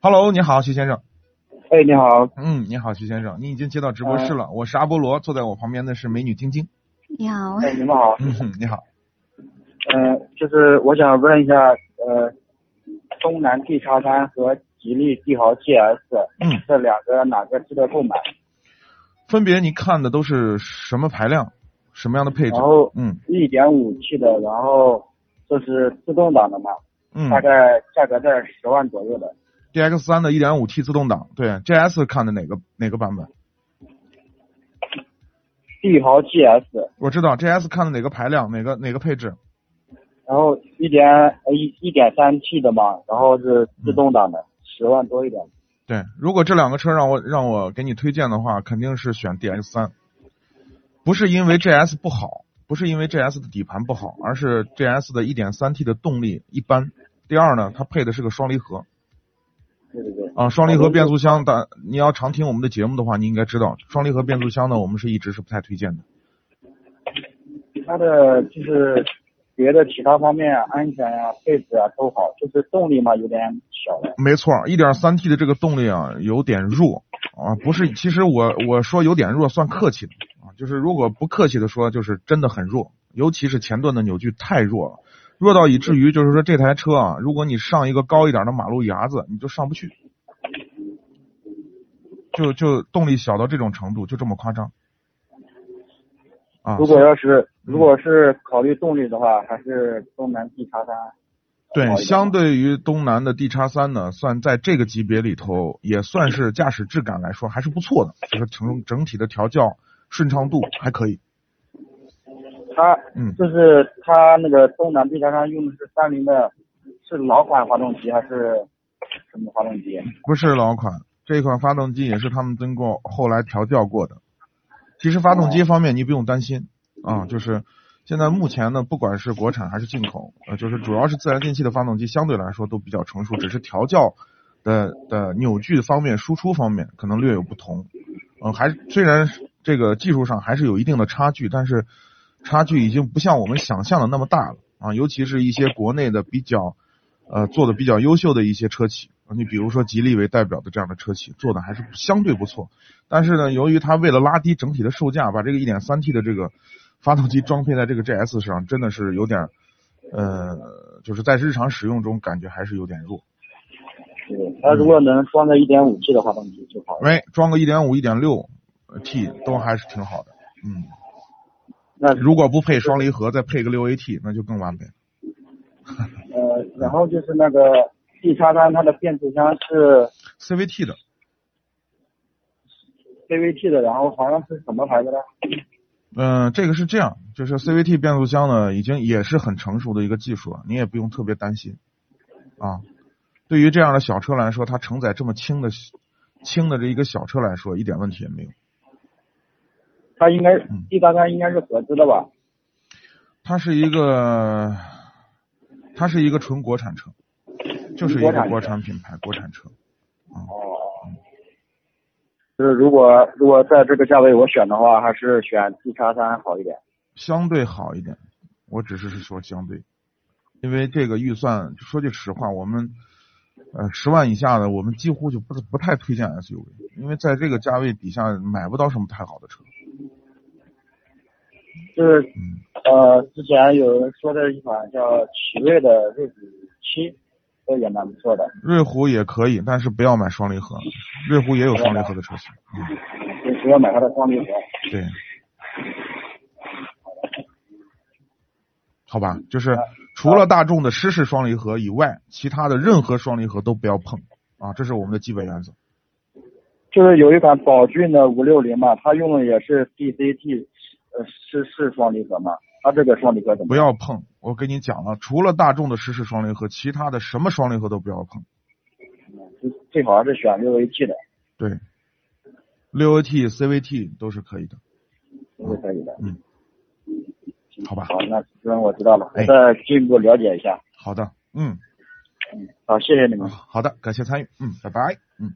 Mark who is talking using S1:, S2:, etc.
S1: Hello，你好，徐先生。
S2: 哎，你好，
S1: 嗯，你好，徐先生，你已经接到直播室了。我是阿波罗，坐在我旁边的是美女晶晶。
S3: 你好，
S2: 哎，你们好，
S1: 嗯哼，你好。
S2: 呃，就是我想问一下，呃，东南 D 叉三和吉利帝豪 GS，
S1: 嗯
S2: 这两个哪个值得购买？
S1: 分别你看的都是什么排量，什么样的配置
S2: 然？后
S1: 嗯
S2: 一点五 T 的，然后这是自动挡的嘛，
S1: 嗯
S2: 大概价格在十万左右的。
S1: ，DX 三的 1.5T 自动挡，对，GS 看的哪个哪个版本？
S2: 帝豪 GS，
S1: 我知道 GS 看的哪个排量，哪个哪个配置？
S2: 然后一点呃一一点三 T 的嘛，然后是
S1: 嗯
S2: 自动挡的，十、万多一点。
S1: 对，如果这两个车让我让我给你推荐的话，肯定是选 DX 三，不是因为 GS 不好，不是因为 GS 的底盘不好，而是 GS 的 1.3T 的动力一般。第二呢，它配的是个双离合
S2: 对对对，
S1: 啊，双离合变速箱。但你要常听我们的节目的话，你应该知道，双离合变速箱呢，我们是一直是不太推荐的。
S2: 它的就是别的其他方面啊，安全呀、配置啊都好，就是动力嘛有点小了。
S1: 没错，1.3T 的这个动力啊，有点弱啊，不是，其实我我说有点弱算客气的啊，就是如果不客气的说，就是真的很弱，尤其是前段的扭矩太弱了，弱到以至于就是说这台车啊，如果你上一个高一点的马路牙子，你就上不去，就就动力小到这种程度，就这么夸张啊
S2: 如。果要是
S1: 嗯
S2: 如果是考虑动力的话，还是东南 D 叉三。
S1: 对，
S2: 好一点
S1: 相对于东南的 D 叉三呢，算在这个级别里头，也算
S2: 嗯
S1: 是驾驶质感来说还是不错的，就是整整体的调教顺畅度还可以。
S2: 它
S1: 嗯，
S2: 就是它那个东南 D 叉三用的是三菱的，是老款发动机还是什么发动机？
S1: 不是老款，这款发动机也是他们经过后来调教过的。其实发动
S2: 哦
S1: 机方面你不用担心啊，就是现在目前呢，不管是国产还是进口，呃，就是主要是自然进气的发动机相对来说都比较成熟，只是调教的的扭矩方面、输出方面可能略有不同。嗯，还是虽然这个技术上还是有一定的差距，但是差距已经不像我们想象的那么大了啊，尤其是一些国内的比较呃做的比较优秀的一些车企，啊你比如说吉利为代表的这样的车企做的还是相对不错，但是呢，由于它为了拉低整体的售价，把这个 1.3T 的这个发动机装配在这个 GS 上，真的是有点呃，就是在日常使用中感觉还是有点弱。
S2: 对，它如果能装个 1.5T 的发动机就好了。
S1: 喂，装个1.5、1.6 T 都还是挺好的，嗯。
S2: 那
S1: 如果不配双离合，再配个六 AT，那就更完美。
S2: 呃，然后就是那个 D 叉三，它的变速箱是
S1: CVT 的
S2: CVT 的，然后好像是什么牌子的？
S1: 嗯，这个是这样，就是 CVT 变速箱呢，已经也是很成熟的一个技术了，你也不用特别担心啊。对于这样的小车来说，它承载这么轻的轻的这一个小车来说，一点问题也没有。
S2: 它应该
S1: 嗯
S2: D 叉三应该是合资的吧？
S1: 它是一个，它是一个纯国产车，就是一
S2: 国
S1: 个
S2: 产
S1: 国
S2: 车
S1: 产品牌国产车。嗯
S2: 哦，就是如果如果在这个价位我选的话，还是选 D 叉三好一点。
S1: 相对好一点，我只是是说相对，因为这个预算，说句实话，我们呃十万以下的，我们几乎就不不太推荐 SUV，因为在这个价位底下买不到什么太好的车。
S2: 就是
S1: 嗯，
S2: 呃，之前有人说的一款叫奇瑞的瑞虎七，这也蛮不错的。
S1: 瑞虎也可以，但是不要买双离合，瑞虎也有双离合的车型。嗯，
S2: 就不要买它的双离合。
S1: 对，好吧，就是除了大众的湿式双离合以外，其他的任何双离合都不要碰啊，这是我们的基本原则。
S2: 就是有一款宝骏的五六零嘛，它用的也是 DCT，呃，是是双离合嘛。它这个双离合怎么
S1: 不
S2: 样？
S1: 要碰。我跟你讲了，除了大众的湿式双离合，其他的什么双离合都不要碰。
S2: 就最好还是选六 AT 的，
S1: 对，六 AT、CVT 都是可以的，
S2: 都是可以
S1: 嗯
S2: 的。
S1: 好吧？
S2: 好，那主持人我知道了，
S1: 哎
S2: 我再进一步了解一下。
S1: 好的，嗯，
S2: 啊好，谢谢你们。
S1: 好的，感谢参与，嗯，拜拜，嗯。